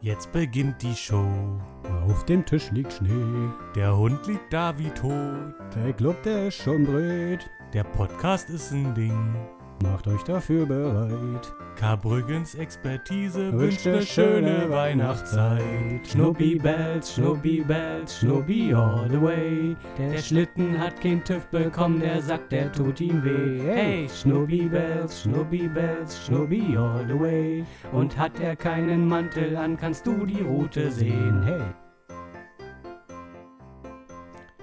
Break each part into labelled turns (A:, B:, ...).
A: Jetzt beginnt die Show.
B: Auf dem Tisch liegt Schnee.
A: Der Hund liegt da wie tot.
B: Der Club, der ist schon breit.
A: Der Podcast ist ein Ding.
B: Macht euch dafür bereit.
A: Karbrüggens Expertise wünscht eine schöne Weihnachtszeit. Schnuppi Bells, Schnuppi Bells, Schnuppi all the way. Der Schlitten hat kein TÜV bekommen, der Sack, der tut ihm weh. Hey, Schnuppi Bells, Schnuppi Bells, Schnuppi all the way. Und hat er keinen Mantel an, kannst du die Route sehen. Hey.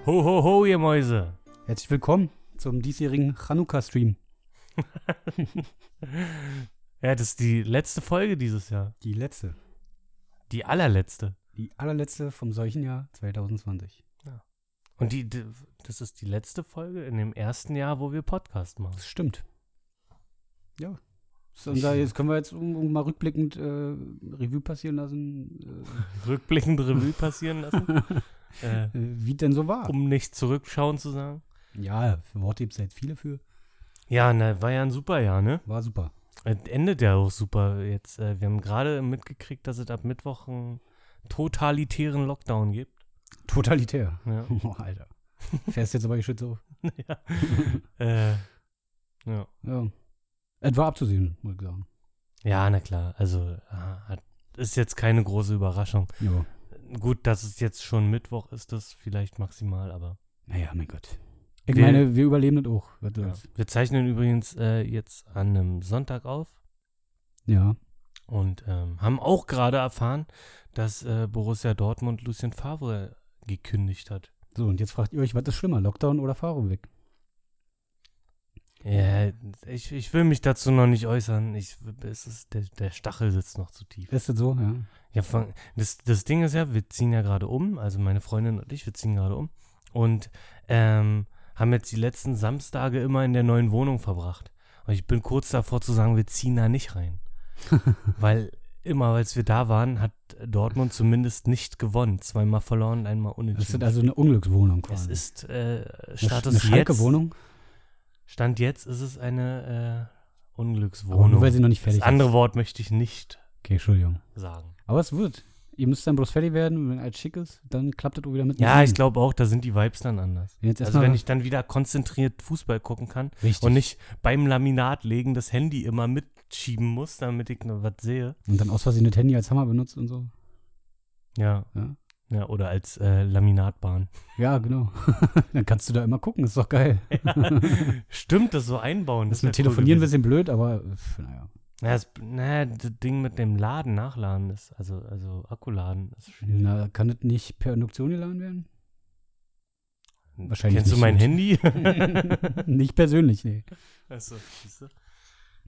A: Ho, ho, ho, ihr Mäuse.
B: Herzlich willkommen zum diesjährigen Chanukka-Stream.
A: Ja, das ist die letzte Folge dieses Jahr.
B: Die letzte.
A: Die allerletzte.
B: Die allerletzte vom solchen Jahr 2020.
A: Und die, die, das ist die letzte Folge in dem ersten Jahr, wo wir Podcast machen.
B: Das stimmt. Ja. So, und da, jetzt können wir jetzt um, um mal rückblickend äh, Revue passieren lassen,
A: Rückblickend Revue passieren lassen. äh,
B: äh, wie denn so war.
A: um nicht zurückschauen zu sagen.
B: Ja, für Worte gibt es jetzt viele für.
A: Ja, na, war ja ein super Jahr, ne?
B: War super.
A: Äh, Endet ja auch super jetzt. Äh, wir haben gerade mitgekriegt, dass es ab Mittwoch einen totalitären Lockdown gibt.
B: Totalitär.
A: Ja.
B: Oh, Alter. Fährst jetzt aber geschützt auf.
A: ja. Äh, ja.
B: Ja. Es war abzusehen, muss ich sagen.
A: ja, na klar. Also äh, hat- ist jetzt keine große Überraschung.
B: Ja.
A: Gut, dass es jetzt schon Mittwoch ist, das vielleicht maximal, aber.
B: Naja, mein Gott. Ich
A: Wir-
B: meine, wir überleben das auch. Was
A: Ja.
B: soll's.
A: Wir zeichnen übrigens äh, jetzt an einem Sonntag auf
B: ja.
A: und ähm, haben auch gerade erfahren, dass äh, Borussia Dortmund Lucien Favre gekündigt hat.
B: So, und jetzt fragt ihr euch, was ist schlimmer, Lockdown oder Faro weg?
A: Ja, ich, ich will mich dazu noch nicht äußern. Ich, es ist, der, der Stachel sitzt noch zu tief.
B: Ist das so, ja?
A: Ja, fang, das, das Ding ist ja, wir ziehen ja gerade um, also meine Freundin und ich, wir ziehen gerade um und ähm, haben jetzt die letzten Samstage immer in der neuen Wohnung verbracht. Und ich bin kurz davor zu sagen, wir ziehen da nicht rein. weil immer, als wir da waren, hat Dortmund zumindest nicht gewonnen. Zweimal verloren und einmal
B: Das ist
A: unentschieden.
B: also eine Unglückswohnung
A: es
B: quasi.
A: ist äh,
B: eine, Sch-
A: Status
B: eine
A: jetzt.
B: schranke Wohnung,
A: Stand jetzt ist es eine äh,
B: aber nur
A: Unglückswohnung.
B: weil sie noch nicht
A: das
B: fertig
A: andere
B: ist.
A: Wort möchte ich nicht
B: Okay, Entschuldigung.
A: sagen.
B: Aber es wird. Ihr müsst dann bloß fertig werden, wenn alles schick ist, dann klappt das auch wieder mit.
A: Ja, ich glaube auch, da sind die Vibes dann anders.
B: Jetzt
A: Also
B: erstmal
A: wenn ich dann wieder konzentriert Fußball gucken kann
B: richtig.
A: und nicht beim Laminat legen das Handy immer mitschieben muss, damit ich noch was sehe.
B: Und dann aus Versehen das Handy als Hammer benutzt und so.
A: Ja.
B: Ja.
A: Ja, oder als äh, Laminatbahn.
B: Ja, genau. dann kannst du da immer gucken, ist doch geil.
A: Stimmt, das so einbauen.
B: Das ist
A: wär
B: mit Telefonieren ein
A: gewesen.
B: bisschen blöd, aber pff, naja.
A: Ja, das, na, das Ding mit dem Laden, Nachladen ist, also, also Akkuladen ist schwierig.
B: Na, kann das nicht per Induktion geladen werden? wahrscheinlich
A: Kennst du
B: nicht.
A: mein Handy?
B: nicht persönlich, nee.
A: Achso, siehst du?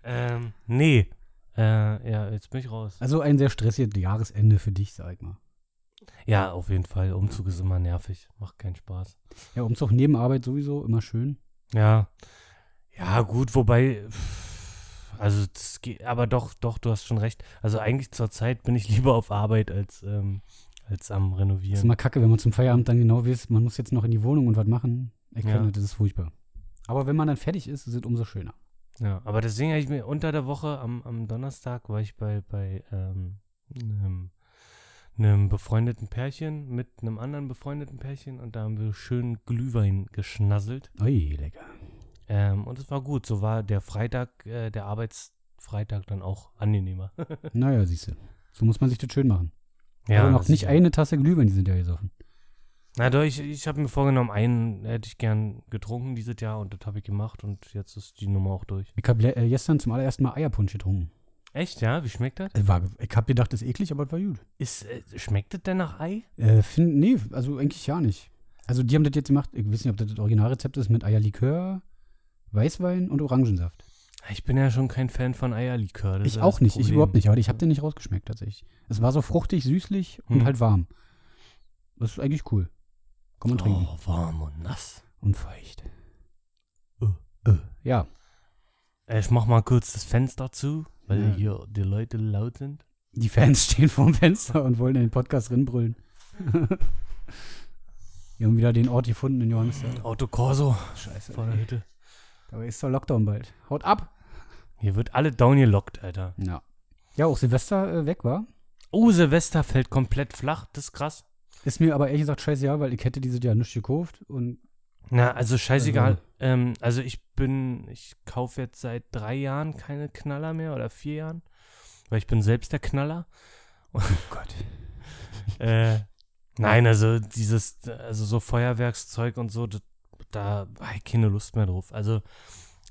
A: Ähm, nee. Äh, ja, jetzt bin ich raus.
B: Also ein sehr stressiges Jahresende für dich, sag ich mal.
A: Ja, auf jeden Fall. Umzug ist immer nervig. Macht keinen Spaß.
B: Ja, Umzug neben Arbeit sowieso immer schön.
A: Ja. Ja, gut, wobei. pff, Also, es geht- aber doch, doch, du hast schon recht. Also, eigentlich zur Zeit bin ich lieber auf Arbeit als, ähm, als am
B: Ist
A: Renovieren.
B: immer kacke, wenn man zum Feierabend dann genau weiß, man muss jetzt noch in die Wohnung und was machen. Ich
A: Ja.
B: kann, das ist furchtbar. Aber wenn man dann fertig ist, ist es umso schöner.
A: Ja, aber deswegen habe ich mir unter der Woche am, am Donnerstag war ich bei, bei ähm, einem, einem befreundeten Pärchen mit einem anderen befreundeten Pärchen und da haben wir schön Glühwein geschnasselt.
B: Ui, lecker.
A: Ähm, und es war gut. So war der Freitag, äh, der Arbeitsfreitag dann auch angenehmer.
B: Naja, siehst du. So muss man sich das schön machen. Aber noch
A: das
B: nicht
A: ist-
B: eine Tasse Glühwein, die sind ja gesoffen.
A: Na doch, ich, ich habe mir vorgenommen, einen hätte ich gern getrunken dieses Jahr und das habe ich gemacht und jetzt ist die Nummer auch durch.
B: Ich habe äh, gestern zum allerersten Mal Eierpunsch getrunken.
A: Echt, ja? Wie schmeckt das?
B: Äh, War, ich habe gedacht, das ist eklig, aber es war gut.
A: Ist, äh, schmeckt das denn nach Ei?
B: Äh, find, nee, also eigentlich ja nicht. Also die haben das jetzt gemacht, ich weiß nicht, ob das das Originalrezept ist, mit Eierlikör, Weißwein und Orangensaft.
A: Ich bin ja schon kein Fan von Eierlikör. das ist
B: ich
A: ja
B: auch
A: das
B: nicht, ich
A: Problem.
B: überhaupt nicht, aber ich habe den nicht rausgeschmeckt tatsächlich. Es war so fruchtig, süßlich und
A: Hm.
B: halt warm. Das ist eigentlich cool. Kann man trinken.
A: Oh, warm und nass.
B: Und feucht.
A: Äh,
B: Ja,
A: Äh, Ich mach mal kurz das Fenster zu, weil
B: Ja.
A: hier die Leute laut sind.
B: die Fans stehen vorm Fenster und wollen in den Podcast rinbrüllen. Die haben wieder den Ort gefunden in Johannesburg.
A: Auto Corso
B: Scheiße.
A: vor der Hütte.
B: Aber ist doch Lockdown bald. Haut ab!
A: Hier wird alle downgelockt, Alter.
B: Ja. Ja, auch Silvester äh, weg war.
A: Oh, Silvester fällt komplett flach. Das ist krass.
B: Ist mir aber ehrlich gesagt scheißegal, weil ich hätte dieses Jahr nichts gekauft und
A: Na, also scheißegal.
B: Also-
A: ähm, also ich bin, ich kaufe jetzt seit drei Jahren keine Knaller mehr oder vier Jahren, weil ich bin selbst der Knaller.
B: oh Gott.
A: Äh, nein, also dieses, also so Feuerwerkszeug und so, das, da habe ich keine Lust mehr drauf. Also,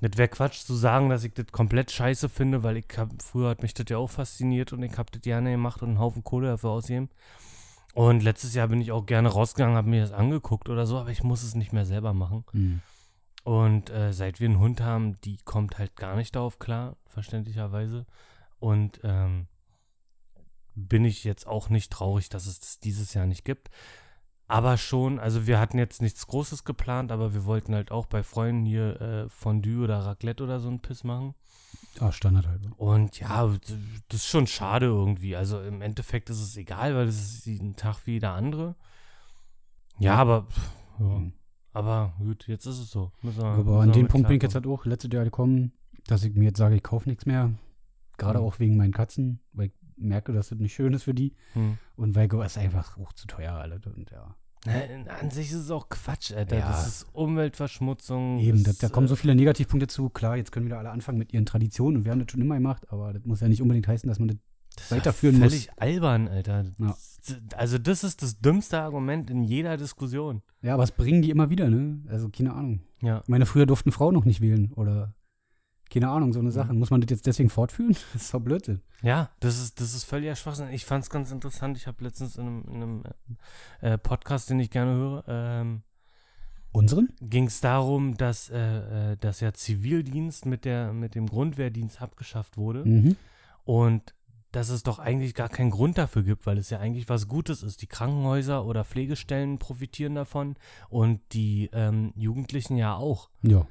A: das wäre Quatsch zu sagen, dass ich das komplett scheiße finde, weil ich hab, früher hat mich das ja auch fasziniert und ich habe das gerne gemacht und einen Haufen Kohle dafür ausgegeben. Und letztes Jahr bin ich auch gerne rausgegangen, habe mir das angeguckt oder so, aber ich muss es nicht mehr selber machen.
B: Hm.
A: Und äh, seit wir einen Hund haben, die kommt halt gar nicht darauf klar, verständlicherweise. Und ähm, bin ich jetzt auch nicht traurig, dass es das dieses Jahr nicht gibt. Aber schon, also wir hatten jetzt nichts Großes geplant, aber wir wollten halt auch bei Freunden hier äh, Fondue oder Raclette oder so einen Piss machen.
B: Ah, Standard halt.
A: Und ja, das ist schon schade irgendwie. Also im Endeffekt ist es egal, weil das ist ein Tag wie jeder andere. Ja, aber, pff, ja.
B: Hm.
A: aber gut, jetzt ist es so. Müssen wir- müssen
B: Aber an
A: wir
B: dem
A: mit
B: Punkt bin
A: klarkommen.
B: ich jetzt halt auch letztes Jahr gekommen, dass ich mir jetzt sage, ich kaufe nichts mehr. Gerade
A: Mhm.
B: auch wegen meinen Katzen, weil ich merke, dass das nicht schön ist für die.
A: Hm.
B: Und weil es ist einfach hoch zu teuer alles. Und ja.
A: Na, An sich Ne, ist es auch Quatsch, Alter.
B: Ja.
A: Das ist Umweltverschmutzung.
B: Eben, da,
A: Oh, das, äh,
B: da kommen so viele Negativpunkte zu. Klar, jetzt können wieder alle anfangen mit ihren Traditionen und wir haben das schon immer gemacht, aber das muss ja nicht unbedingt heißen, dass man das.
A: äh, das
B: weiterführen
A: muss. Völlig albern, Alter.
B: Ja.
A: Also das ist das dümmste Argument in jeder Diskussion.
B: Ja, aber es bringen die immer wieder, ne? Also keine Ahnung.
A: Ja.
B: Ich meine, früher durften Frauen noch nicht wählen oder keine Ahnung,
A: Mhm.
B: so eine Sache. Muss man das jetzt deswegen fortführen? Das ist doch Blödsinn.
A: Ja, das ist, das ist völliger Schwachsinn. Ich fand es ganz interessant. Ich habe letztens in einem, in einem äh, Podcast, den ich gerne höre, ähm,
B: Unseren?
A: ging es darum, dass, äh, äh, dass ja Zivildienst mit, der, mit dem Grundwehrdienst abgeschafft wurde.
B: Mhm.
A: Und dass es doch eigentlich gar keinen Grund dafür gibt, weil es ja eigentlich was Gutes ist. Die Krankenhäuser oder Pflegestellen profitieren davon und die ähm, Jugendlichen ja auch.
B: Ja.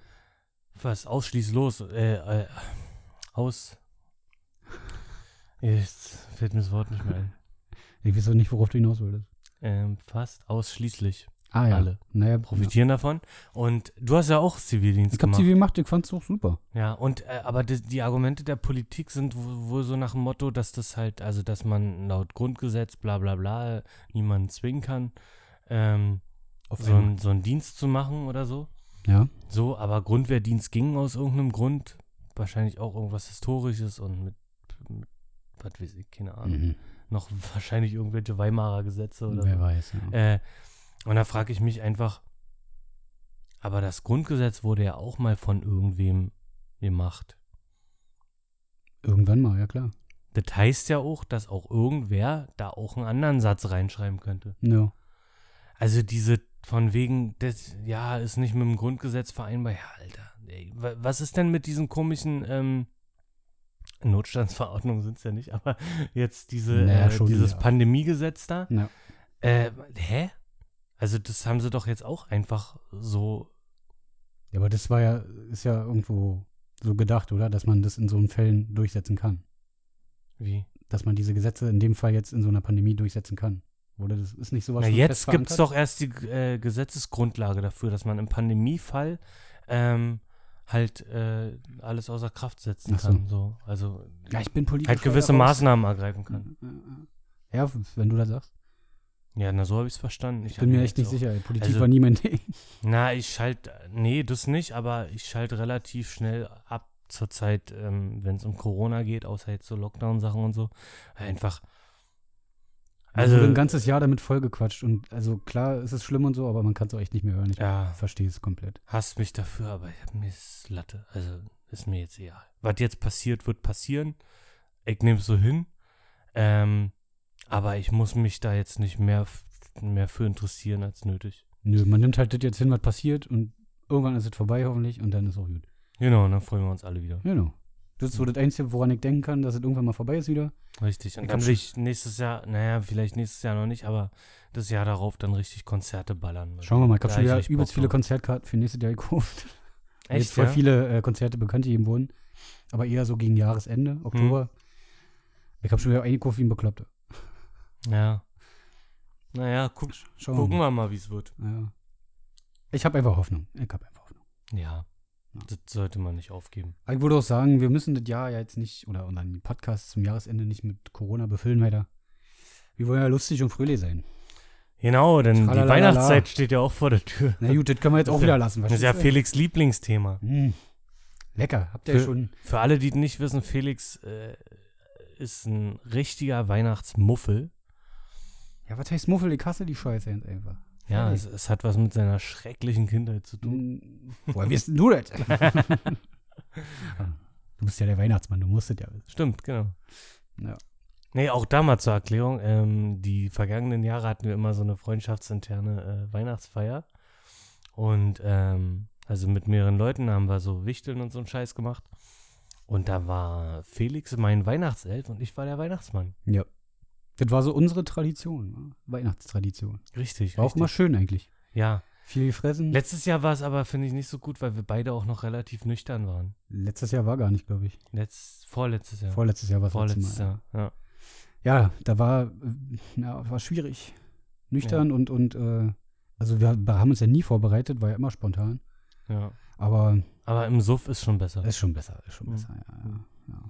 A: Was ausschließlos, äh, äh, aus. Jetzt fällt mir das Wort nicht mehr ein.
B: Ich weiß auch nicht, worauf du hinaus wolltest.
A: Ähm, fast ausschließlich
B: Ah ja.
A: Alle.
B: Naja, ja.
A: profitieren davon. Und du hast ja auch Zivildienst
B: Ich hab
A: gemacht.
B: sie gemacht, ich fand's auch super.
A: Ja, und äh, aber die, die Argumente der Politik sind wo- wohl so nach dem Motto, dass das halt, also dass man laut Grundgesetz, bla bla bla, äh, niemanden zwingen kann, ähm, so,
B: einmal.
A: ein, so einen Dienst zu machen oder so.
B: Ja.
A: So, aber Grundwehrdienst ging aus irgendeinem Grund, wahrscheinlich auch irgendwas Historisches und mit, mit was weiß ich, keine Ahnung,
B: Mhm.
A: noch wahrscheinlich irgendwelche Weimarer Gesetze oder
B: Wer
A: so.
B: weiß. Ja.
A: Äh, und da frage ich mich einfach, aber das Grundgesetz wurde ja auch mal von irgendwem gemacht.
B: Irgendwann mal, ja klar.
A: Das heißt ja auch, dass auch irgendwer da auch einen anderen Satz reinschreiben könnte.
B: Ja.
A: Also diese von wegen, das, ja, ist nicht mit dem Grundgesetz vereinbar. Ja, Alter. Ey, wa- was ist denn mit diesen komischen, ähm, Notstandsverordnungen sind es ja nicht, aber jetzt diese,
B: Naja,
A: äh,
B: schon,
A: dieses
B: ja.
A: Pandemiegesetz da.
B: Ja.
A: Äh, hä? Also das haben sie doch jetzt auch einfach so
B: ja. Aber das war ja, ist ja irgendwo so gedacht, oder? Dass man das in so einen Fällen durchsetzen kann.
A: wie.
B: Dass man diese Gesetze in dem Fall jetzt in so einer Pandemie durchsetzen kann. Oder das ist nicht sowas
A: Na,
B: schon
A: jetzt
B: fest
A: gibt es
B: verankert?
A: doch erst die äh, Gesetzesgrundlage dafür, dass man im Pandemiefall ähm, halt äh, alles außer Kraft setzen
B: Ach so.
A: kann. So. Also
B: Ja, ich bin politisch.
A: halt gewisse
B: leider raus.
A: Maßnahmen ergreifen kann.
B: Ja, wenn du das sagst.
A: Ja, na so habe ich es verstanden.
B: Mhm. Ich bin
A: hab
B: mir echt
A: jetzt
B: nicht
A: auch-
B: sicher. ey. Politik
A: also-
B: war nie mein Ding.
A: Na, ich schalte, nee, das nicht, aber ich schalte relativ schnell ab zur Zeit, ähm, wenn es um Corona geht, außer jetzt so Lockdown-Sachen und so. Einfach.
B: Also,
A: Also,
B: wurde ein ganzes Jahr damit vollgequatscht. Und also klar, es ist schlimm und so, aber man kann es auch echt nicht mehr hören. Ich
A: ja,
B: verstehe es komplett.
A: hasst mich dafür, aber ich hab mir ist Latte. Also ist mir jetzt egal. Was jetzt passiert, wird passieren. Ich nehme es so hin. Ähm, aber ich muss mich da jetzt nicht mehr, f- mehr für interessieren als nötig.
B: Nö, man nimmt halt das jetzt hin, was passiert und irgendwann ist es vorbei hoffentlich und dann ist auch gut.
A: Genau, und dann freuen wir uns alle wieder.
B: Genau. Das ist so das Einzige, woran ich denken kann, dass es irgendwann mal vorbei ist wieder.
A: Richtig. Und
B: Ich
A: dann
B: hab
A: will ich nächstes Jahr, naja, vielleicht nächstes Jahr noch nicht, aber das Jahr darauf dann richtig Konzerte ballern.
B: Schauen wir mal. Ich
A: Da
B: habe schon
A: hab ich
B: wieder
A: echt
B: übelst
A: Bock
B: viele
A: drauf.
B: Konzertkarten für nächstes Jahr gekauft. Weil jetzt
A: Echt,
B: voll
A: ja?
B: viele äh, Konzerte bekannt gegeben wurden. Aber eher so gegen Jahresende,
A: Hm.
B: Oktober. Ich habe schon wieder eingekauft wie ein Bekloppter.
A: Ja. Naja, guck,
B: Schauen wir
A: gucken
B: mal.
A: wir mal, wie es wird.
B: Ja. Ich habe einfach Hoffnung. Ich habe einfach Hoffnung.
A: Ja. Das sollte man nicht aufgeben.
B: Aber Ich würde auch sagen, wir müssen das Jahr ja jetzt nicht oder unseren Podcast zum Jahresende nicht mit Corona befüllen weiter. Wir wollen ja lustig und fröhlich sein.
A: Genau, denn die
B: Tralalala.
A: Weihnachtszeit steht ja auch vor der Tür.
B: Na gut, das können wir jetzt
A: Das
B: auch
A: ist ja-
B: wieder lassen.
A: Das ist ja Felix Lieblingsthema.
B: Mm. Lecker, habt ihr
A: Für-
B: schon.
A: Für alle, die nicht wissen, Felix äh, ist ein richtiger Weihnachtsmuffel.
B: Ja, was heißt Muffel? Ich hasse die Scheiße jetzt einfach.
A: Ja,
B: Hey.
A: es, es hat was mit seiner schrecklichen Kindheit zu tun.
B: Du, woher wirst denn du das? du bist ja der Weihnachtsmann, du musst es ja wissen.
A: Stimmt, genau.
B: Ja.
A: Nee, auch da mal zur Erklärung. Ähm, die vergangenen Jahre hatten wir immer so eine freundschaftsinterne äh, Weihnachtsfeier. Und ähm, also mit mehreren Leuten haben wir so Wichteln und so einen Scheiß gemacht. Und da war Felix mein Weihnachtself und ich war der Weihnachtsmann.
B: Das war so unsere Tradition, ne? Weihnachtstradition.
A: Richtig,
B: War auch mal
A: richtig.
B: schön eigentlich.
A: Ja.
B: Viel gefressen.
A: Letztes Jahr war es aber, finde ich, nicht so gut, weil wir beide auch noch relativ nüchtern waren.
B: Letztes Jahr war gar nicht, glaube ich.
A: Letzt, vorletztes Jahr.
B: Vorletztes Jahr war es
A: vorletztes Jahr. Ja.
B: Ja, da war, äh, ja, war schwierig. Nüchtern und, und äh, also wir haben uns ja nie vorbereitet, war ja immer spontan.
A: ja.
B: Aber
A: Aber im Suff ist schon besser.
B: Ist schon besser, ist schon
A: Mhm.
B: besser, ja. Ja, ja.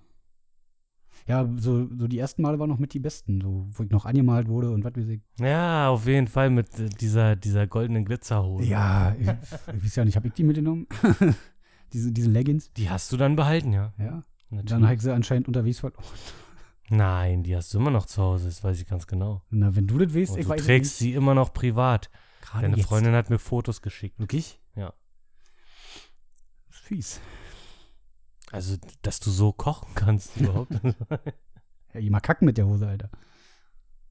B: ja so, so die ersten Male waren noch mit die besten, so, wo ich noch angemalt wurde und was weiß ich.
A: Ja, auf jeden Fall mit äh, dieser, dieser goldenen Glitzerhose.
B: Ja, ich, ich weiß ja nicht, habe ich die mitgenommen? diese, diese Leggings?
A: Die hast du dann behalten, ja.
B: Ja.
A: Natürlich.
B: Dann habe ich sie anscheinend unterwegs Oh, verloren.
A: Nein, die hast du immer noch zu Hause, das weiß ich ganz genau.
B: Na, wenn du das willst,
A: Und
B: ich
A: du
B: weiß es
A: trägst sie immer noch privat.
B: nicht. Gerade
A: Deine
B: jetzt.
A: Freundin hat mir Fotos geschickt.
B: Wirklich?
A: Ja.
B: Das ist fies.
A: Also, dass du so kochen kannst überhaupt.
B: Ja, geh mal kacken mit der Hose, Alter.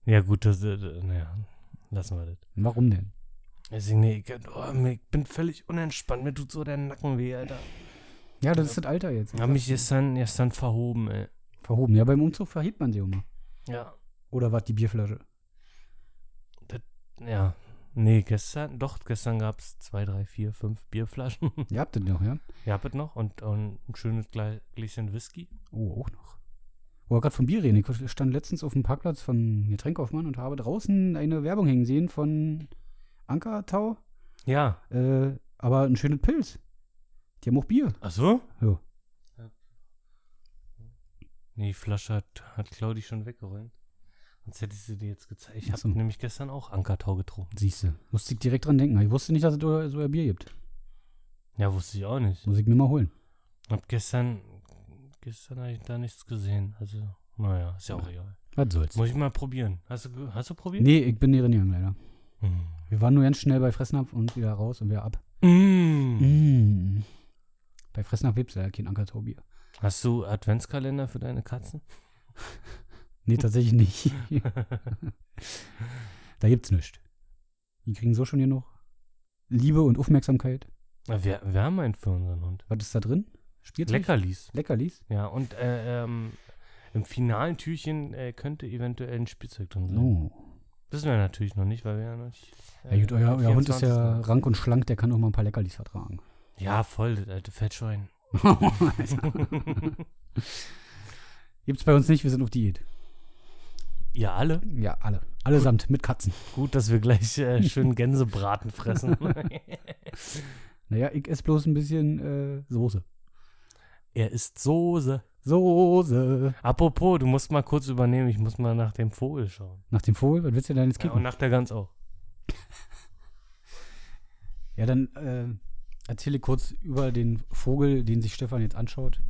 A: ja, gut, das, äh, naja, lassen wir das.
B: Warum denn?
A: Deswegen, nee, ich, oh, mir- ich bin völlig unentspannt. Mir tut so der Nacken weh, Alter.
B: Ja, das ist das Alter jetzt.
A: Ich hab mich gestern, gestern verhoben, ey.
B: Verhoben. Ja, beim Umzug verhebt man sie immer.
A: Ja.
B: Oder was, die Bierflasche?
A: Ja. Nee, gestern, doch, gestern gab es zwei, drei, vier, fünf Bierflaschen.
B: Ihr habt das noch, ja?
A: Ihr habt es noch und, und ein schönes Gle- Gläschen Whisky.
B: Oh, auch noch. Wo wir gerade von Bier reden. Ich stand letztens auf dem Parkplatz von Getränkaufmann und habe draußen eine Werbung hängen sehen von Ankertau.
A: Ja.
B: Äh, aber ein schönes Pilz. Die haben auch Bier.
A: Ach so?
B: Ja.
A: Nee, die Flasche hat, hat Claudi schon weggeräumt. Sonst hätte ich sie dir jetzt gezeigt. Ich
B: Ach
A: habe
B: so.
A: nämlich gestern auch Ankertau getrunken.
B: Siehste. Musste ich direkt dran denken. Ich wusste nicht, dass es so so ein Bier gibt.
A: Ja, wusste ich auch nicht.
B: Muss ich mir mal holen.
A: Hab gestern, gestern habe ich da nichts gesehen. Also, naja, ist ja auch egal.
B: Was soll's.
A: Muss ich mal probieren. Hast du, ge- hast du probiert?
B: Nee, ich bin hier drin leider.
A: Mm.
B: Wir waren nur ganz schnell bei Fressnapf und wieder raus und wieder ab.
A: Mm.
B: Mm. Bei Fressnapf gibt's leider kein Ankertau-Bier.
A: Hast du Adventskalender für deine Katzen?
B: Nee, tatsächlich nicht. da gibt's nichts. Die kriegen so schon genug Liebe und Aufmerksamkeit.
A: Na, Ah, Wir, wir haben einen für unseren Hund.
B: Was ist da drin? Spielt
A: Leckerlis.
B: Leckerlis?
A: Ja, und äh, ähm, im finalen Türchen äh, könnte eventuell ein Spielzeug drin sein.
B: Oh.
A: Wissen wir natürlich noch nicht, weil wir ja noch nicht. äh,
B: Ja, gut, euer, euer Hund ist
A: 24.
B: ja rank und schlank, der kann auch mal ein paar Leckerlis vertragen.
A: Ja, voll, das alte Fettschwein.
B: gibt's bei uns nicht, wir sind auf Diät.
A: Ihr alle?
B: Ja, alle. Allesamt mit Katzen.
A: Gut, dass wir gleich äh, schön Gänsebraten fressen.
B: Naja, ich esse bloß ein bisschen äh, Soße.
A: er isst Soße.
B: Soße.
A: Apropos, du musst mal kurz übernehmen, ich muss mal nach dem Vogel schauen.
B: Nach dem Vogel, was willst du denn jetzt
A: Ja, und
B: kicken?
A: nach der Gans auch.
B: Ja, dann äh, erzähle kurz über den Vogel, den sich Stefan jetzt anschaut.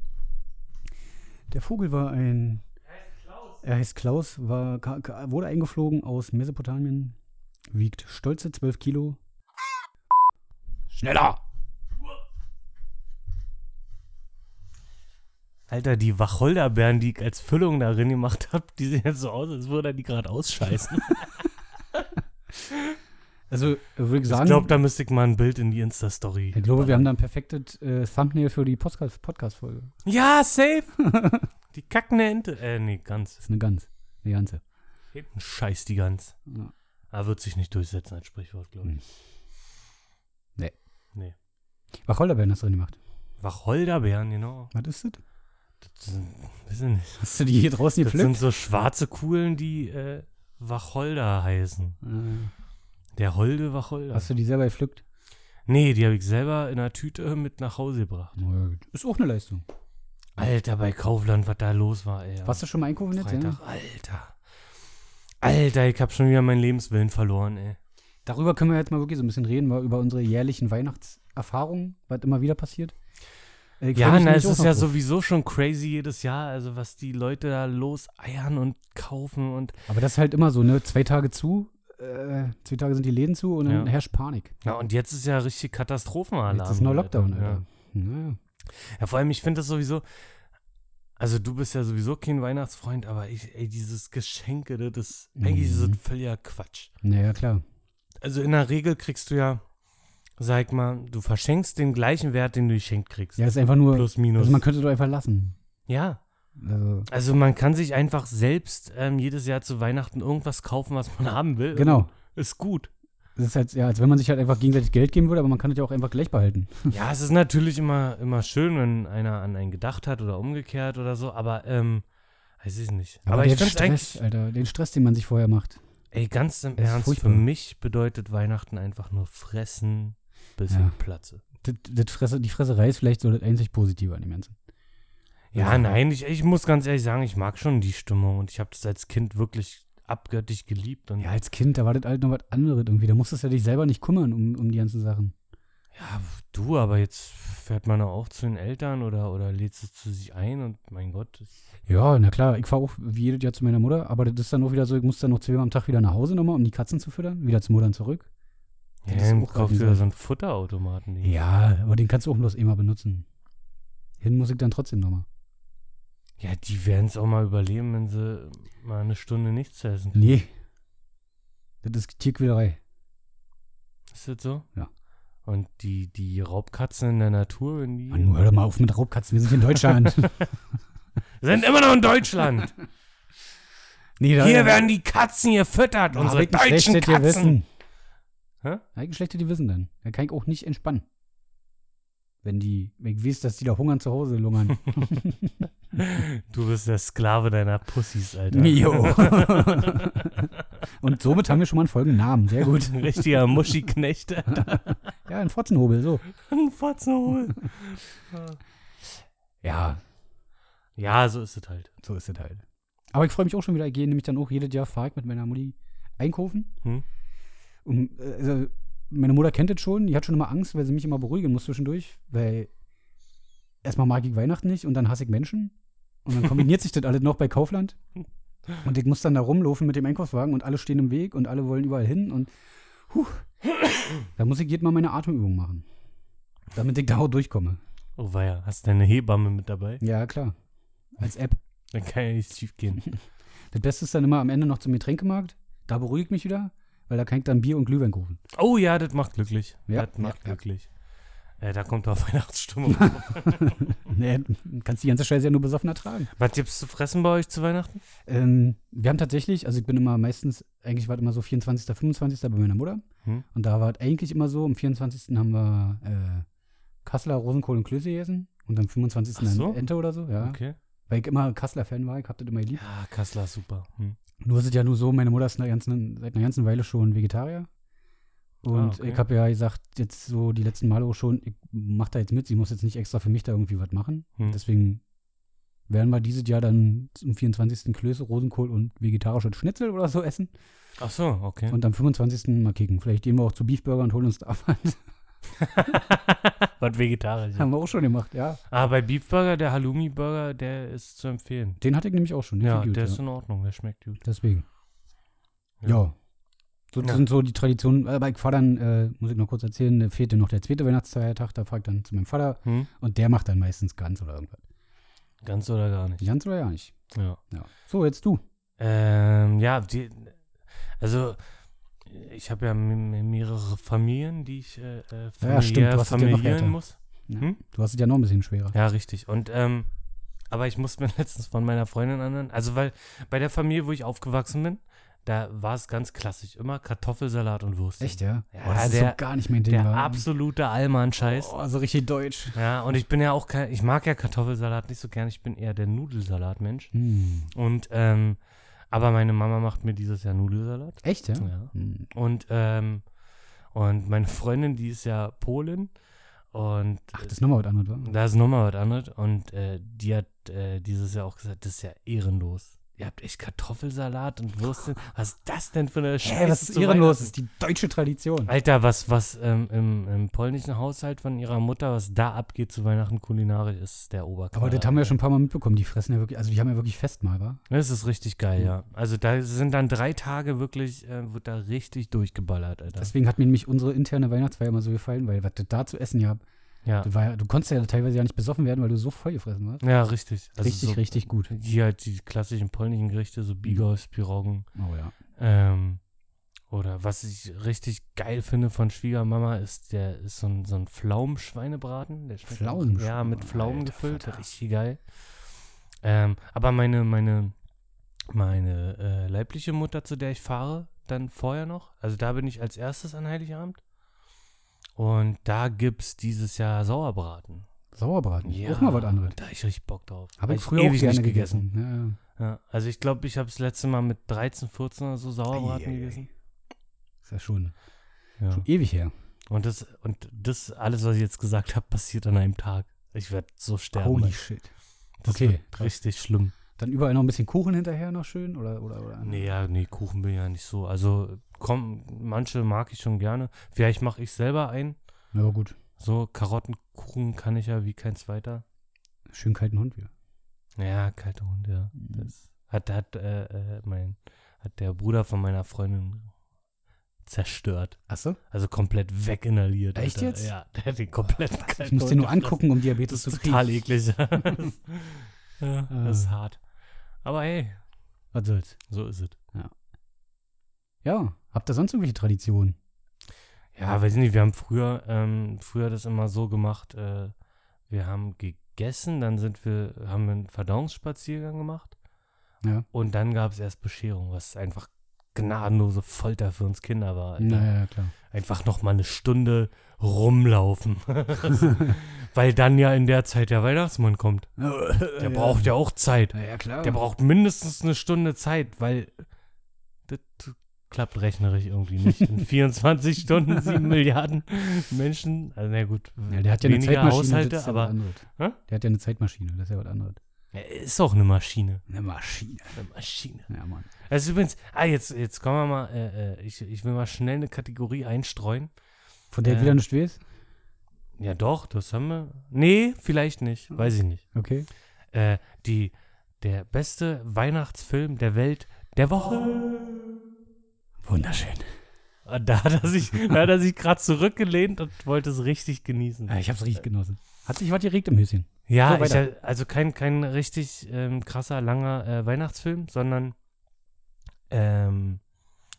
B: Der Vogel war ein. Er heißt Klaus, war, ka- ka- wurde eingeflogen aus Mesopotamien, wiegt stolze 12 Kilo. Schneller!
A: Alter, die Wacholderbeeren, die ich als Füllung darin gemacht habe, die sehen jetzt so aus, als würde er die gerade ausscheißen.
B: Also äh, würde ich sagen,
A: Ich glaube, da müsste ich mal ein Bild in die Insta-Story.
B: ich glaube, wir haben da ein perfektes äh, Thumbnail für die Podcast- Podcast-Folge.
A: Ja, safe! die kackende Ente. Äh, nee, Gans.
B: das ist eine Gans. Eine ganze.
A: Ein Scheiß, die Gans.
B: Ja.
A: Er wird sich nicht durchsetzen als Sprichwort, glaube ich.
B: Wacholderbeeren hast du drin gemacht.
A: Wacholderbeeren, genau.
B: Was ist das?
A: Das sind, weiß ich nicht.
B: Hast du die hier draußen
A: Das sind
B: gepflückt?
A: so schwarze Kugeln, die äh, Wacholder heißen.
B: Äh,
A: Der holde Wacholder.
B: hast du die selber gepflückt?
A: Nee, die habe ich selber in einer Tüte mit nach Hause gebracht.
B: Na gut. Ist auch eine Leistung.
A: Alter, bei Kaufland, was da los war, ey.
B: Warst du schon mal einkaufen jetzt?
A: Freitag,
B: Ja?
A: Alter. Alter, ich hab schon wieder meinen Lebenswillen verloren, ey.
B: Darüber können wir jetzt mal wirklich so ein bisschen reden, mal über unsere jährlichen Weihnachtserfahrungen, was immer wieder passiert. Äh, ich freu
A: Ja,
B: mich
A: na,
B: nämlich
A: es
B: auch
A: ist
B: noch
A: ja
B: drauf.
A: sowieso schon crazy jedes Jahr, also was die Leute da loseiern und kaufen und
B: Aber das ist halt immer so, ne? Zwei Tage zu, äh, zwei Tage sind die Läden zu und dann
A: Ja.
B: herrscht Panik.
A: na und jetzt ist ja richtig Katastrophenalarm.
B: Jetzt ist nur
A: Alter.
B: Lockdown,
A: Ja.
B: Alter. Naja.
A: Ja, vor allem, ich finde das sowieso. Also, du bist ja sowieso kein Weihnachtsfreund, aber ich, ey, dieses Geschenke, das ist eigentlich
B: Mhm.
A: so ein völliger Quatsch.
B: naja, klar.
A: Also, in der Regel kriegst du ja, sag mal, du verschenkst den gleichen Wert, den du geschenkt kriegst.
B: Ja, ist einfach nur,
A: Plus, minus.
B: also man könnte doch einfach lassen.
A: ja,
B: Also,
A: also man kann sich einfach selbst ähm, jedes Jahr zu Weihnachten irgendwas kaufen, was man haben will.
B: genau.
A: Ist gut.
B: Es ist halt, ja, als wenn man sich halt einfach gegenseitig Geld geben würde, aber man kann es ja auch einfach gleich behalten.
A: Ja, es ist natürlich immer, immer schön, wenn einer an einen gedacht hat oder umgekehrt oder so, aber, ähm, weiß ich nicht. Aber, ich
B: den
A: finde es
B: Stress,
A: eigentlich,
B: Alter, den Stress, den man sich vorher macht.
A: Ey, ganz im
B: Das ist
A: Ernst, für
B: furchtbar.
A: mich bedeutet Weihnachten einfach nur fressen, bis
B: Ja.
A: ich platze.
B: Das, das Fresse, die Fresserei ist vielleicht so das einzig Positive an dem Ganzen.
A: Ja, nein, ich, ich muss ganz ehrlich sagen, ich mag schon die Stimmung und ich habe das als Kind wirklich abgöttisch geliebt. Und
B: Ja,
A: ja,
B: als Kind, da war das halt noch was anderes irgendwie. Da musstest du dich selber nicht kümmern um, um die ganzen Sachen.
A: du, aber jetzt fährt man doch auch zu den Eltern oder, oder lädt sie zu sich ein und mein Gott. Das,
B: Ja, na klar, ich fahre auch wie jedes Jahr zu meiner Mutter, aber das ist dann auch wieder so, ich muss dann noch zweimal am Tag wieder nach Hause nochmal, um die Katzen zu füttern, wieder zu Muttern zurück.
A: ja,
B: das ist
A: dann
B: auch
A: kauft
B: grad
A: wieder
B: so.
A: so einen Futterautomaten. die-
B: Ja, aber den kannst du auch bloß immer benutzen. Hin muss ich dann trotzdem nochmal.
A: Ja, die werden es auch mal überleben, wenn sie mal eine Stunde nichts essen.
B: Nee. Das ist Tierquälerei.
A: Ist das so?
B: Ja.
A: Und die, die Raubkatzen in der Natur, wenn die.
B: Mann, hör doch mal auf mit Raubkatzen, wir sind hier in Deutschland.
A: Wir sind immer noch in Deutschland.
B: nee, da-
A: Hier werden die Katzen gefüttert,
B: da hab
A: unsere
B: ich ein
A: deutschen
B: schlechtes
A: Katzen.
B: Gewissen.
A: Hä?
B: Da hab ich ein schlechtes Gewissen dann. Da kann ich auch nicht entspannen. Wenn die, wenn ich weiß, dass die da hungern zu Hause lungern.
A: Du bist der Sklave deiner Pussys, Alter.
B: Jo. Und somit haben wir schon mal einen folgenden Namen. Sehr gut.
A: Ein richtiger Muschiknecht, Alter.
B: Ja, ein Fotzenhobel, so.
A: Ein Fotzenhol.
B: Ja,
A: Ja, so ist es halt.
B: so ist es halt. Aber ich freue mich auch schon wieder. Ich gehe nämlich dann auch jedes Jahr, fahre ich mit meiner Mutti einkaufen.
A: Hm?
B: Und, äh, also, meine Mutter kennt das schon. Die hat schon immer Angst, weil sie mich immer beruhigen muss zwischendurch. Weil erstmal mag ich Weihnachten nicht und dann hasse ich Menschen. Und dann kombiniert sich das alles noch bei Kaufland. Und ich muss dann da rumlaufen mit dem Einkaufswagen und alle stehen im Weg und alle wollen überall hin. Und huh, da muss ich jedes Mal meine Atemübung machen. Damit ich da auch durchkomme.
A: Oh weia, hast deine Hebamme mit dabei?
B: Ja, klar. Als App.
A: Dann kann ja nichts schief gehen.
B: Das Beste ist dann immer am Ende noch zum Getränkemarkt. Da beruhige ich mich wieder, weil da kann ich dann Bier und Glühwein kaufen.
A: Oh ja, das macht glücklich.
B: Ja,
A: das macht
B: ja, ja.
A: glücklich. Äh, da kommt auch Weihnachtsstimmung. Mhm.
B: Nee, kannst die ganze Scheiße ja nur besoffen ertragen.
A: Was gibt's zu fressen bei euch zu Weihnachten?
B: Ähm, wir haben tatsächlich, also ich bin immer meistens, eigentlich war es immer so 24., 25. bei meiner Mutter.
A: Hm.
B: Und da war es eigentlich immer so, am 24. haben wir äh, Kassler, Rosenkohl und Klöße gegessen. Und am 25.
A: Ach so.
B: dann Ente oder so, ja.
A: Okay.
B: Weil ich immer Kassler-Fan war, ich hab das immer geliebt.
A: Ja, Kassler ist super. Hm.
B: Nur ist es ja nur so, meine Mutter ist eine ganzen, seit einer ganzen Weile schon Vegetarier. Und
A: Ah, okay.
B: ich habe ja gesagt, jetzt so die letzten Male auch schon, ich mach da jetzt mit, sie muss jetzt nicht extra für mich da irgendwie was machen.
A: Hm.
B: Deswegen werden wir dieses Jahr dann am 24. Klöße, Rosenkohl und vegetarische Schnitzel oder so essen.
A: Ach so, okay.
B: Und am 25. mal kicken. Vielleicht gehen wir auch zu Beefburger und holen uns da was.
A: Was vegetarisch.
B: Haben wir auch schon gemacht, ja.
A: Ah, bei Beefburger, der Halloumi-Burger, der ist zu empfehlen.
B: Den hatte ich nämlich auch schon. den
A: Ja,
B: find ich gut,
A: der ist in Ordnung, der schmeckt gut.
B: Deswegen.
A: Ja.
B: Ja. So, das
A: Ja.
B: sind so die Traditionen. Aber ich fahre dann, äh, muss ich noch kurz erzählen, da fehlt dir noch der zweite Weihnachtsfeiertag. Da fahre ich dann zu meinem Vater
A: Hm?
B: und der macht dann meistens ganz oder irgendwas.
A: Ganz oder gar nicht.
B: Ganz oder ja nicht.
A: Ja.
B: Ja. So, jetzt du.
A: Ähm, ja, die, also ich habe ja me- mehrere Familien, die ich äh, äh, familiär,
B: Ja, stimmt, du hast es ja noch
A: familieren
B: härter.
A: muss.
B: Ja.
A: Hm?
B: Du hast es ja noch ein bisschen schwerer.
A: Ja, richtig. Und ähm, aber ich musste mir letztens von meiner Freundin anhören, also weil bei der Familie, wo ich aufgewachsen bin, da war es ganz klassisch, immer Kartoffelsalat und Wurst.
B: Echt, ja?
A: Ja,
B: Boah, das ist
A: der-
B: so gar nicht mein Ding.
A: Der
B: wa?
A: absolute Allmann-Scheiß.
B: Boah, so richtig deutsch.
A: Ja, und ich bin ja auch kein, ich mag ja Kartoffelsalat nicht so gern, ich bin eher der Nudelsalatmensch.
B: Hm.
A: Und, ähm, aber meine Mama macht mir dieses Jahr Nudelsalat.
B: Echt, ja?
A: Ja.
B: Hm.
A: Und, ähm, und meine Freundin, die ist ja Polin und
B: Ach, das ist nochmal was anderes, wa?
A: da ist nochmal was anderes und äh, die hat äh, dieses Jahr auch gesagt, das ist ja ehrenlos. Ihr habt echt Kartoffelsalat und Würstchen. Was ist das denn für eine Scheiße?
B: Hey, was ist
A: zu
B: ehrenlos?
A: Weihnachten?
B: Das ist die deutsche Tradition.
A: Alter, was, was ähm, im, im polnischen Haushalt von ihrer Mutter, was da abgeht zu Weihnachten kulinarisch, ist der Oberknaller.
B: Aber das haben wir ja schon ein paar Mal mitbekommen. Die fressen ja wirklich, also die haben ja wirklich Festmahl, wa?
A: Das ist richtig geil,
B: Mhm.
A: ja. Also da sind dann drei Tage wirklich, äh, wird da richtig durchgeballert, Alter.
B: Deswegen hat mir nämlich unsere interne Weihnachtsfeier immer so gefallen, weil was du da zu essen gehabt
A: ja.
B: das war ja, du konntest ja teilweise ja nicht besoffen werden, weil du so voll gefressen warst.
A: ja, richtig. Also
B: richtig,
A: so,
B: richtig gut.
A: Hier halt die klassischen polnischen Gerichte,
B: Mhm.
A: so Bigos, Piroggen.
B: Oh ja.
A: Ähm, oder was ich richtig geil finde von Schwiegermama, ist der ist so ein, so ein Pflaumenschweinebraten. Der schmeckt auch-
B: Pflaumenschweine-
A: Ja, mit Pflaumen
B: Alter
A: gefüllt.
B: Vater.
A: Richtig geil. Ähm, aber meine, meine, meine äh, leibliche Mutter, zu der ich fahre, dann vorher noch, also da bin ich als erstes an Heiligabend. Und da gibt's dieses Jahr Sauerbraten.
B: Sauerbraten. Auch mal was anderes.
A: Da hab ich richtig Bock drauf. Hab
B: Habe ich früher auch gerne gegessen.
A: Ja, also ich glaube, ich habe das letzte Mal mit 13, 14 oder so
B: Ja, ja.
A: Sauerbraten
B: Ei, ei, ei.
A: gegessen.
B: Ist ja schon,
A: Ja.
B: schon ewig her.
A: Und das, und das, alles, was ich jetzt gesagt habe, passiert an einem Tag. Ich werde so sterben.
B: Holy shit.
A: das
B: okay,
A: wird
B: krass.
A: richtig schlimm.
B: Dann überall noch ein bisschen Kuchen hinterher noch schön oder oder oder.
A: Nee, ja, nee, Kuchen bin ich ja nicht so. Also, komm, manche mag ich schon gerne. Vielleicht mache ich selber einen.
B: Ja gut.
A: So, Karottenkuchen kann ich ja wie kein zweiter.
B: Schön kalten Hund wieder.
A: Ja, kalte Hunde, ja. Das hat, hat, äh, äh, mein, hat der Bruder von meiner Freundin zerstört.
B: Achso?
A: Also komplett weginhaliert.
B: Echt
A: Alter.
B: jetzt?
A: Ja, der hat den kompletten
B: Ich
A: kalten
B: muss den nur
A: Hund gefressen.
B: angucken, um
A: Das
B: Diabetes zu
A: ist
B: kriegen.
A: total eklig. ja, das ist hart. Aber hey,
B: Ah. Was soll's?
A: so ist es.
B: Ja, habt ihr sonst irgendwelche Traditionen?
A: Ja, weiß ich nicht, wir haben früher, ähm, früher das immer so gemacht, äh, wir haben gegessen, dann sind wir, haben wir einen Verdauungsspaziergang gemacht.
B: Ja.
A: Und dann gab es erst Bescherung, was einfach gnadenlose Folter für uns Kinder war. Alter.
B: Naja, klar.
A: Einfach noch mal eine Stunde rumlaufen. Weil dann ja in der Zeit der Weihnachtsmann kommt. Der
B: Der
A: braucht ja auch Zeit.
B: Naja, klar.
A: Der braucht mindestens eine Stunde Zeit, weil das klappt rechnerisch irgendwie nicht. In 24 Stunden 7 Milliarden Menschen. Also na gut,
B: ja, der hat ja eine
A: weniger
B: Zeitmaschine. das
A: Haushalte,
B: ist ja was
A: aber
B: anderes.
A: Hä?
B: Der hat ja eine Zeitmaschine, das ist ja was anderes.
A: er ist auch eine Maschine.
B: Eine Maschine.
A: Eine Maschine.
B: Ja, Mann.
A: Also übrigens, ah, jetzt, jetzt kommen wir mal, äh, äh, ich, ich will mal schnell eine Kategorie einstreuen.
B: Von der
A: Äh.
B: wieder nicht weiß?
A: Ja doch, das haben wir. Nee, vielleicht nicht. Weiß ich nicht.
B: Okay.
A: Äh, die, der beste Weihnachtsfilm der Welt der Woche.
B: Wunderschön.
A: Und Da hat er sich, da hat er sich gerade zurückgelehnt und wollte es richtig genießen.
B: Ja, Ah, ich hab's richtig genossen. Hat sich was geregt im Höschen.
A: Ja,
B: So,
A: ich,
B: weiter.
A: also kein, kein richtig ähm, krasser, langer äh, Weihnachtsfilm, sondern ähm,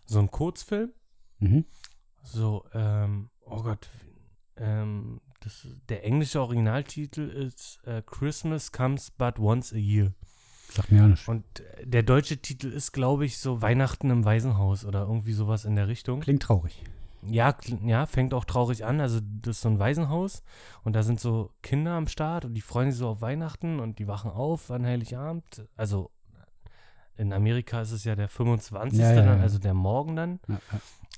A: so ein Kurzfilm.
B: Mhm.
A: So, ähm, oh Gott, ähm, das, der englische Originaltitel ist äh, Christmas Comes But Once a Year.
B: Sagt mir ja nicht.
A: Und äh, der deutsche Titel ist, glaube ich, so Weihnachten im Waisenhaus oder irgendwie sowas in der Richtung.
B: Klingt traurig.
A: Ja, kl- ja, fängt auch traurig an. Also, das ist so ein Waisenhaus und da sind so Kinder am Start und die freuen sich so auf Weihnachten und die wachen auf an Heiligabend. Also, äh, in Amerika ist es ja der 25.
B: Ja, ja,
A: dann,
B: ja.
A: also der Morgen dann.
B: Ja,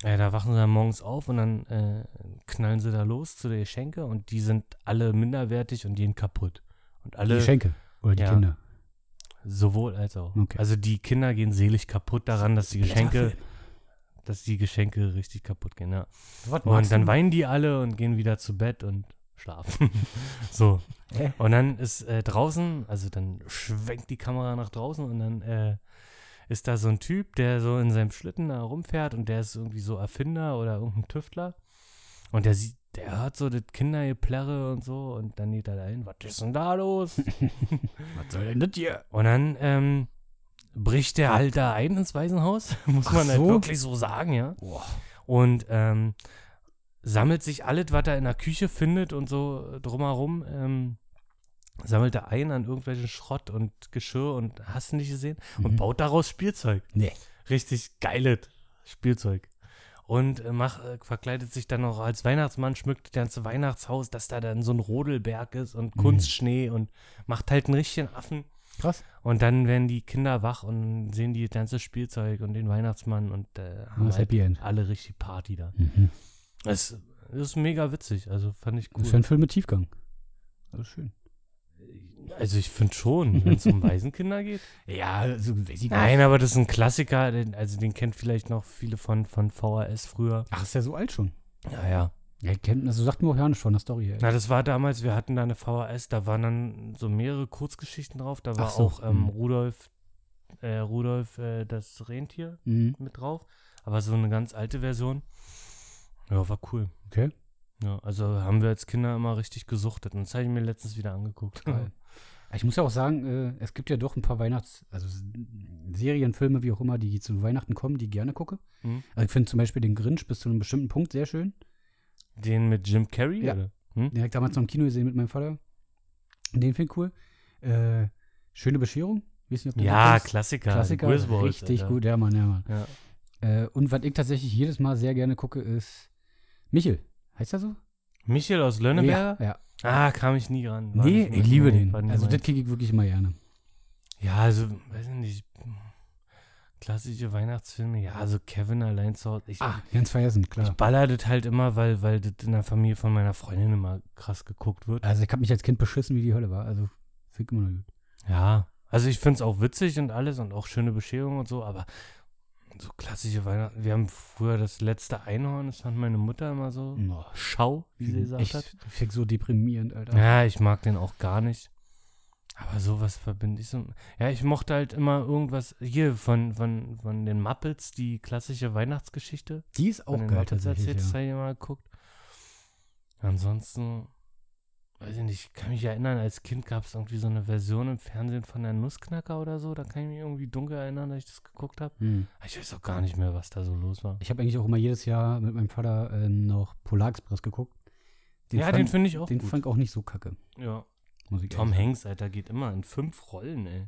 B: ja.
A: Äh, da wachen sie dann morgens auf und dann äh, knallen sie da los zu den Geschenke und die sind alle minderwertig und jeden kaputt. Und
B: Die
A: alle
B: Geschenke. Oder die
A: Ja.
B: Kinder.
A: sowohl als auch.
B: Okay.
A: Also, die Kinder gehen seelisch kaputt daran, dass die Geschenke,
B: Blätterfilm.
A: dass die Geschenke richtig kaputt gehen, ja.
B: Was
A: Und
B: magst
A: dann
B: du?
A: weinen die alle und gehen wieder zu Bett und schlafen. so.
B: Hä?
A: Und dann ist äh, draußen, also dann schwenkt die Kamera nach draußen und dann äh, ist da so ein Typ, der so in seinem Schlitten da rumfährt und der ist irgendwie so Erfinder oder irgendein Tüftler. Und der sieht, der hört so das Kindergeplärre und so und dann geht er da hin, was ist denn da los?
B: Was soll denn das hier?
A: Und dann ähm, bricht der halt da ein ins Waisenhaus, muss
B: Ach
A: man halt
B: so.
A: wirklich so sagen, ja
B: Boah.
A: und ähm, sammelt sich alles, was er in der Küche findet und so äh, drumherum, ähm, sammelt er ein an irgendwelchen Schrott und Geschirr und hast du nicht gesehen und
B: Mhm.
A: baut daraus Spielzeug.
B: Nee.
A: Richtig geiles Spielzeug. Und äh, mach, äh, verkleidet sich dann auch als Weihnachtsmann, schmückt das ganze Weihnachtshaus, dass da dann so ein Rodelberg ist und
B: Mhm.
A: Kunstschnee und macht halt einen richtigen Affen.
B: Krass.
A: Und dann werden die Kinder wach und sehen die ganze Spielzeug und den Weihnachtsmann und äh, haben
B: Das
A: halt
B: Happy End.
A: alle richtig Party da.
B: Mhm.
A: Es ist mega witzig, also fand ich
B: Das
A: cool.
B: ist ja ein Film mit Tiefgang. Also schön.
A: Also ich finde schon, wenn es um Waisenkinder geht.
B: Ja, also weiß ich
A: Nein, aber das ist ein Klassiker, den, also den kennt vielleicht noch viele von, von VHS früher.
B: Ach, ist ja so alt schon.
A: Ja, ja.
B: Ja, kennt, also sagt mir auch Johannes schon, der Story hier.
A: Na, das war damals, wir hatten da eine VHS, da waren dann so mehrere Kurzgeschichten drauf. Da war
B: Ach so,
A: auch ähm,
B: hm.
A: Rudolf, äh, Rudolf äh, das Rentier
B: Mhm.
A: mit drauf. Aber so eine ganz alte Version. Ja, war cool.
B: Okay.
A: Ja, also haben wir als Kinder immer richtig gesuchtet. Und das habe ich mir letztens wieder angeguckt.
B: Geil. Ich muss ja auch sagen, äh, es gibt ja doch ein paar Weihnachts-, also S- Serien, Filme, wie auch immer, die zu Weihnachten kommen, die ich gerne gucke.
A: Mhm.
B: Also ich finde zum Beispiel den Grinch bis zu einem bestimmten Punkt sehr schön.
A: Den mit Jim Carrey?
B: Ja.
A: Oder?
B: Den habe ich damals noch im Kino gesehen mit meinem Vater. Den finde ich cool. Äh, schöne Bescherung. Weiß nicht, ob du den
A: ja
B: kennst.
A: Klassiker.
B: Klassiker.
A: Griswold,
B: richtig
A: Alter.
B: gut, ja, Mann, ja, Mann.
A: Ja.
B: Äh, und was ich tatsächlich jedes Mal sehr gerne gucke, ist Michel. Heißt er so?
A: Michel aus Lönneberger?
B: Ja. ja.
A: Ah, kam ich nie ran. War
B: Nee,
A: nicht
B: ich
A: mein-
B: liebe
A: nee,
B: den.
A: war nicht
B: Also,
A: mein-
B: das kriege ich wirklich immer gerne.
A: Ja, also, weiß ich nicht. Klassische Weihnachtsfilme, ja, so Kevin allein zu Hause. Ich,
B: Ah, ganz vergessen,
A: ich
B: klar.
A: baller das halt immer, weil, weil das in der Familie von meiner Freundin immer krass geguckt wird.
B: Also, ich habe mich als Kind beschissen, wie die Hölle war. Also, finde ich immer noch gut.
A: Ja, also ich finde es auch witzig und alles und auch schöne Bescherungen und so, aber so klassische Weihnachten. Wir haben früher das letzte Einhorn, das fand meine Mutter immer so.
B: Boah,
A: Schau, Oh, wie sie gesagt
B: Hm. echt,
A: hat.
B: fick so deprimierend, Alter.
A: Ja, ich mag den auch gar nicht. Aber sowas verbinde ich so. Ja, ich mochte halt immer irgendwas hier von, von, von den Muppets, die klassische Weihnachtsgeschichte.
B: Die ist
A: Von
B: auch
A: den
B: geil
A: Muppets als
B: tatsächlich.
A: jetzt
B: Ja.
A: ja. mal geguckt. Ansonsten, weiß ich nicht, ich kann mich erinnern, als Kind gab es irgendwie so eine Version im Fernsehen von der Nussknacker oder so. Da kann ich mich irgendwie dunkel erinnern, dass ich das geguckt habe.
B: Hm.
A: Ich weiß auch gar nicht mehr, was da so los war.
B: Ich habe eigentlich auch immer jedes Jahr mit meinem Vater ähm, noch Polarexpress geguckt.
A: ja,
B: fand,
A: den finde ich auch
B: den
A: gut.
B: fand ich auch nicht so kacke.
A: ja.
B: Muss ich
A: Tom
B: ehrlich
A: Hanks, Alter, geht immer in fünf Rollen, ey.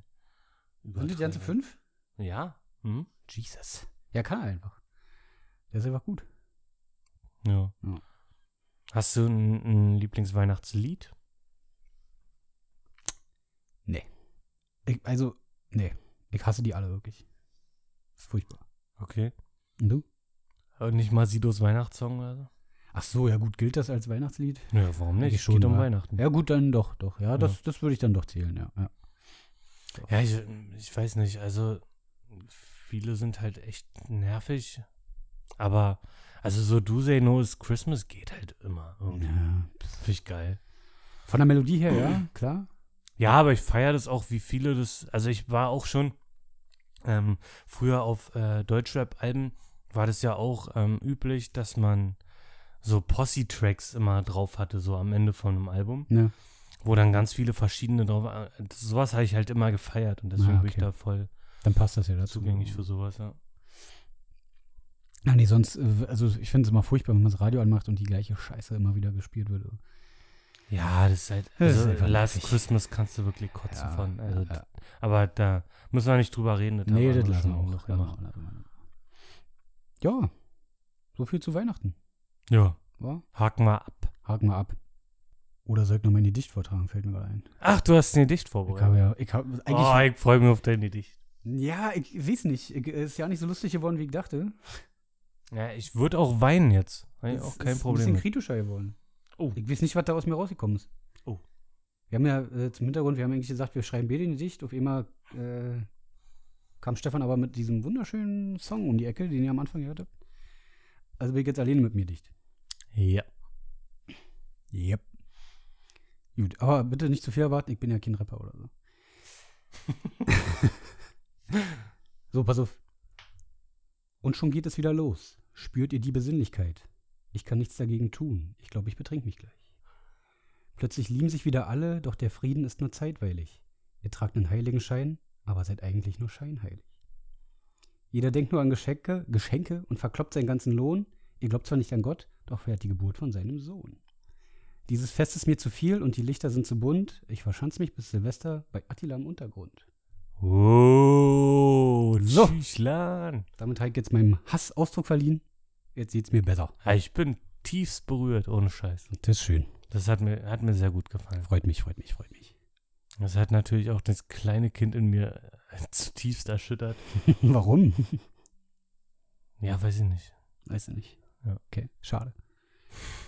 B: sagen. Sind die ganze
A: Übertrieben.
B: fünf?
A: Ja. Mhm.
B: Jesus. Ja, kann er einfach. Der ist einfach gut.
A: Ja.
B: Ja.
A: Hast du ein, ein Lieblingsweihnachtslied?
B: Ich, also, nee. Ich hasse die alle wirklich. Ist furchtbar.
A: Okay.
B: Und du?
A: Und Äh, nicht mal Sidos Weihnachtssong oder so?
B: Ach so, ja gut, gilt das als Weihnachtslied?
A: Ja, warum nicht?
B: Eigentlich schon,
A: Geht um
B: wa?
A: Weihnachten.
B: Ja gut, dann doch, doch. Ja, das, das würde ich dann doch zählen, ja. ja.
A: Ja, ich, ich weiß nicht. Also, viele sind halt echt nervig. Aber, also, so Do Say No is Christmas geht halt immer irgendwie.
B: ja.
A: Finde ich geil.
B: Von der Melodie her, ja,
A: Mhm.
B: klar.
A: Ja, aber ich feiere das auch, wie viele das. Also ich war auch schon ähm, früher auf äh, Deutschrap-Alben war das ja auch ähm, üblich, dass man so Posse-Tracks immer drauf hatte, so am Ende von einem Album,
B: Ja.
A: wo dann ganz viele verschiedene drauf. waren. Das- Sowas habe ich halt immer gefeiert und deswegen
B: Ah,
A: bin ich
B: okay.
A: da voll
B: Dann passt das ja dazu.
A: zugänglich für sowas. Ja.
B: Ah, nee, sonst, äh, also ich finde es immer furchtbar, wenn man das Radio anmacht und die gleiche Scheiße immer wieder gespielt wird. Also,
A: Ja, das ist halt.
B: Das ist
A: Also,
B: einfach
A: Last
B: nervig.
A: Christmas kannst du wirklich kotzen
B: Ja,
A: von. Also,
B: ja, ja.
A: Aber da müssen wir nicht drüber reden. Das haben
B: nee, das
A: andere
B: lassen
A: schon
B: wir auch. Ja,
A: gemacht.
B: lassen wir. ja, so viel zu Weihnachten.
A: Ja,
B: Wa?
A: haken wir ab.
B: Haken wir ab. Oder soll ich noch mal in die Dicht vortragen, fällt mir gerade ein.
A: Ach, du hast ein Gedicht
B: Ich
A: vorbereitet.
B: habe ja, ich habe eigentlich,
A: oh, ich freue mich auf dein Gedicht.
B: ja, ich weiß nicht, ich, ist ja nicht so lustig geworden, wie ich dachte.
A: Ja, ich würde auch weinen jetzt. Hab ich
B: Es
A: auch kein
B: ist
A: Problem.
B: ein bisschen
A: mit.
B: kritischer geworden.
A: Oh.
B: Ich weiß nicht, was da aus mir rausgekommen ist.
A: Oh.
B: Wir haben ja äh, zum Hintergrund, wir haben eigentlich gesagt, wir schreiben Bedien dicht. Auf einmal äh, kam Stefan aber mit diesem wunderschönen Song um die Ecke, den ihr am Anfang gehört habt. Also bin ich jetzt alleine mit mir dicht.
A: Ja.
B: Yep. Gut, aber bitte nicht zu viel erwarten, ich bin ja kein Rapper oder so. so, pass auf. Und schon geht es wieder los. Spürt ihr die Besinnlichkeit? Ich kann nichts dagegen tun. Ich glaube, ich betrink mich gleich. Plötzlich lieben sich wieder alle, doch der Frieden ist nur zeitweilig. Ihr tragt einen Heiligenschein, aber seid eigentlich nur scheinheilig. Jeder denkt nur an Geschenke, Geschenke und verkloppt seinen ganzen Lohn. Ihr glaubt zwar nicht an Gott, doch feiert die Geburt von seinem Sohn. Dieses Fest ist mir zu viel und die Lichter sind zu bunt. Ich verschanz mich bis Silvester bei Attila im Untergrund.
A: Oh,
B: So.
A: Tschüchlan.
B: Damit habe ich jetzt meinem Hass Ausdruck verliehen. Jetzt sieht's mir besser.
A: Ja, ich bin tiefst berührt, ohne Scheiß.
B: Das ist schön.
A: Das hat mir, hat mir sehr gut gefallen.
B: Freut mich, freut mich, freut mich.
A: Das hat natürlich auch das kleine Kind in mir äh, zutiefst erschüttert.
B: Warum?
A: Ja, weiß ich nicht.
B: Weißt du nicht.
A: Ja.
B: Okay, schade.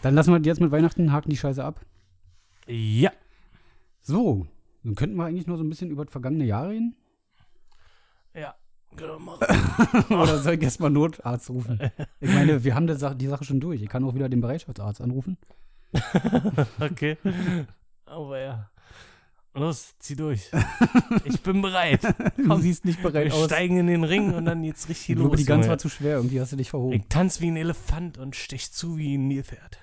B: Dann lassen wir die jetzt mit Weihnachten, haken die Scheiße ab.
A: Ja.
B: So, Dann könnten wir eigentlich nur so ein bisschen über das vergangene Jahr reden.
A: Ja. Genau, mach.
B: Oder soll ich erstmal Notarzt rufen? Ich meine, wir haben die Sache, die Sache schon durch. Ich kann auch wieder den Bereitschaftsarzt anrufen.
A: okay. Aber ja. Los, zieh durch. Ich bin bereit.
B: Du siehst nicht bereit
A: Wir
B: aus.
A: steigen in den Ring und dann geht's richtig
B: Ich
A: los.
B: glaube, die Gans
A: Junge.
B: war zu schwer. Irgendwie hast du dich verhoben.
A: ich tanz wie ein Elefant und stech zu wie ein Nilpferd.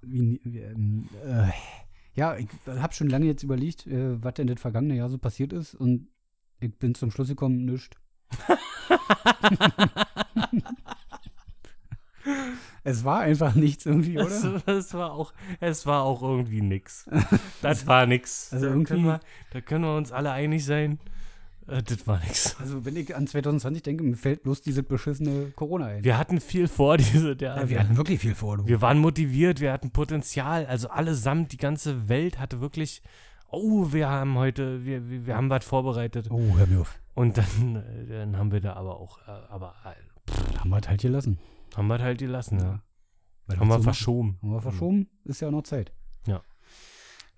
B: Wie, wie, ähm, äh, ja, ich habe schon lange jetzt überlegt, äh, was denn das vergangene Jahr so passiert ist. Und ich bin zum Schluss gekommen, nichts. es war einfach nichts irgendwie, oder?
A: Das, das war auch, es war auch irgendwie nix. Das war nix.
B: Also
A: da,
B: irgendwie-
A: können wir, da können wir uns alle einig sein. Äh, das war nix.
B: Also, wenn ich an 2020 denke, mir fällt bloß diese beschissene Corona ein.
A: Wir hatten viel vor, diese, der,
B: Ja, wir hatten wirklich viel vor, du.
A: Wir waren motiviert, wir hatten Potenzial, also allesamt, die ganze Welt hatte wirklich, oh, wir haben heute, wir, wir, wir haben was vorbereitet.
B: oh, hör mir auf.
A: Und dann, äh, dann haben wir da aber auch, äh, aber äh,
B: Da haben wir es halt gelassen.
A: haben wir halt gelassen, ja.
B: Weil
A: Haben wir
B: so
A: verschoben.
B: Haben wir Hm. verschoben, ist ja auch noch Zeit.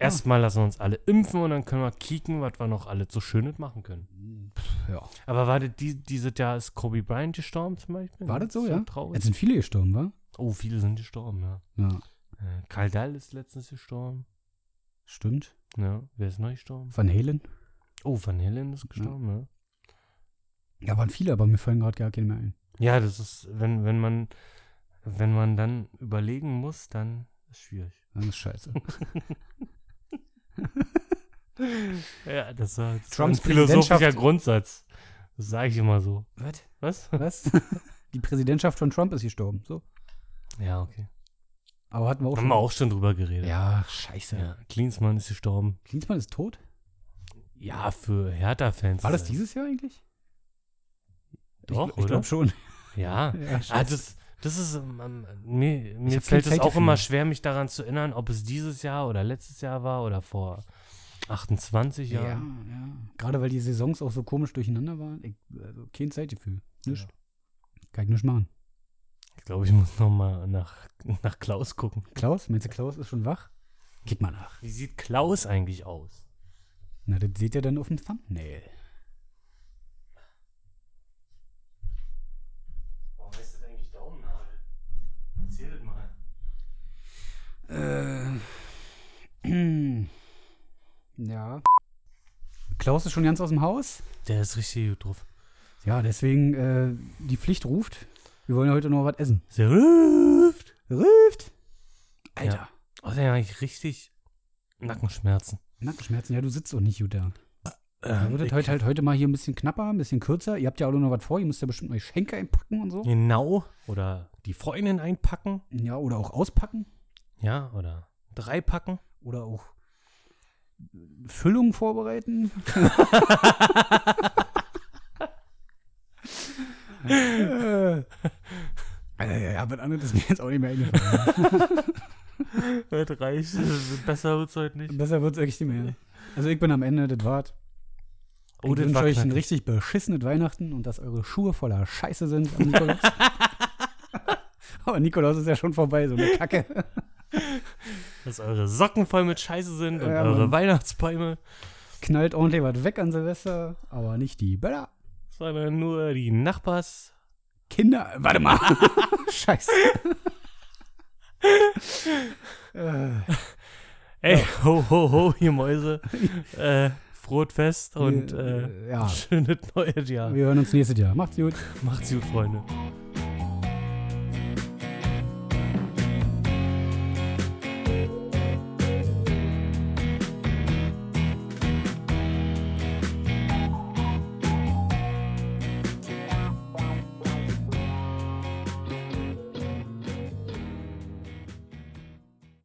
A: Erstmal lassen wir uns alle impfen und dann können wir kicken, was wir noch alle so Schönes machen können.
B: Ja.
A: Aber war das, die, dieses Jahr ist Kobe Bryant gestorben zum Beispiel?
B: War das so, ja?
A: Traurig.
B: Jetzt sind viele gestorben, wa?
A: oh, viele sind gestorben, ja.
B: Ja,
A: Äh, Karl Dall ist letztens gestorben.
B: stimmt.
A: Ja, wer ist neu gestorben?
B: Van Halen.
A: Oh, Van Halen ist gestorben, ne? ja.
B: Ja, waren viele, aber mir fallen gerade gar keine mehr ein.
A: Ja, das ist, wenn, wenn man, wenn man dann überlegen muss, dann ist schwierig.
B: Das ist scheiße.
A: Ja, das war das war ein
B: Trumps
A: philosophischer
B: Präsidentschaft-
A: Grundsatz. Das sage ich immer so.
B: Was?
A: Was?
B: Was? Die Präsidentschaft von Trump ist gestorben, so.
A: Ja, okay.
B: Aber hatten wir auch
A: Haben wir auch schon drüber geredet.
B: Ja, scheiße.
A: ja. Klinsmann ist gestorben.
B: Klinsmann ist tot?
A: Ja, für Hertha-Fans.
B: War das
A: äh,
B: dieses Jahr eigentlich?
A: Doch,
B: ich, ich
A: oder?
B: glaube schon.
A: Ja.
B: Ja,
A: Ah,
B: scheiße.
A: das, das ist, ähm, ähm, mir, mir
B: hab
A: fällt
B: keine
A: es
B: Zeit
A: auch immer
B: dafür.
A: schwer, mich daran zu erinnern, ob es dieses Jahr oder letztes Jahr war oder vor 28
B: ja.
A: Jahren.
B: ja. Gerade weil die Saisons auch so komisch durcheinander waren. Ich, also kein Zeitgefühl. Nicht. Kann ich nicht machen.
A: Ich glaube, ich muss nochmal nach, nach Klaus gucken.
B: Klaus, meinst du, Klaus ist schon wach? Geht mal nach.
A: Wie sieht Klaus eigentlich aus?
B: Na, das seht ihr dann auf dem Thumbnail.
A: Warum heißt das eigentlich Daumennagel? Erzähl das mal.
B: Äh. ja. Klaus ist schon ganz aus dem Haus.
A: Der ist richtig gut drauf.
B: Ja, deswegen, äh, die Pflicht ruft. Wir wollen ja heute noch was essen.
A: Der ruft.
B: Ruft! Alter.
A: Oh, Ja. Außerdem habe ich richtig Nackenschmerzen.
B: Nackenschmerzen, ja, du sitzt doch nicht gut da. Dann wird
A: Ähm,
B: das heute halt heute mal hier ein bisschen knapper, ein bisschen kürzer. Ihr habt ja alle noch was vor, ihr müsst ja bestimmt neue Schenke einpacken und so.
A: genau. Oder die Freundin einpacken.
B: Ja, oder auch auspacken.
A: Ja, oder drei packen.
B: Oder auch Füllung vorbereiten. äh, äh, ja, was anderes ist mir jetzt auch nicht mehr eingefallen.
A: Das reicht. äh, Besser wird es heute nicht.
B: Besser wird's wirklich nicht mehr. Also ich bin am Ende, das war's. Ich
A: Oh, das
B: wünsche
A: war
B: euch ein
A: knackig.
B: richtig beschissenes Weihnachten und dass eure Schuhe voller Scheiße sind am Nikolaus. Aber Nikolaus ist ja schon vorbei, so eine Kacke.
A: Dass eure Socken voll mit Scheiße sind und
B: Ja,
A: eure
B: Mann.
A: Weihnachtsbäume,
B: Knallt ordentlich was weg an Silvester, aber nicht die Böller.
A: sondern nur die Nachbars.
B: Kinder, warte mal. Scheiße. äh,
A: Ey, ho, ho, ho, ihr Mäuse. äh, frohes Fest und äh,
B: ja.
A: schönes neues Jahr.
B: Wir hören uns nächstes Jahr. Macht's gut.
A: Macht's gut, Freunde.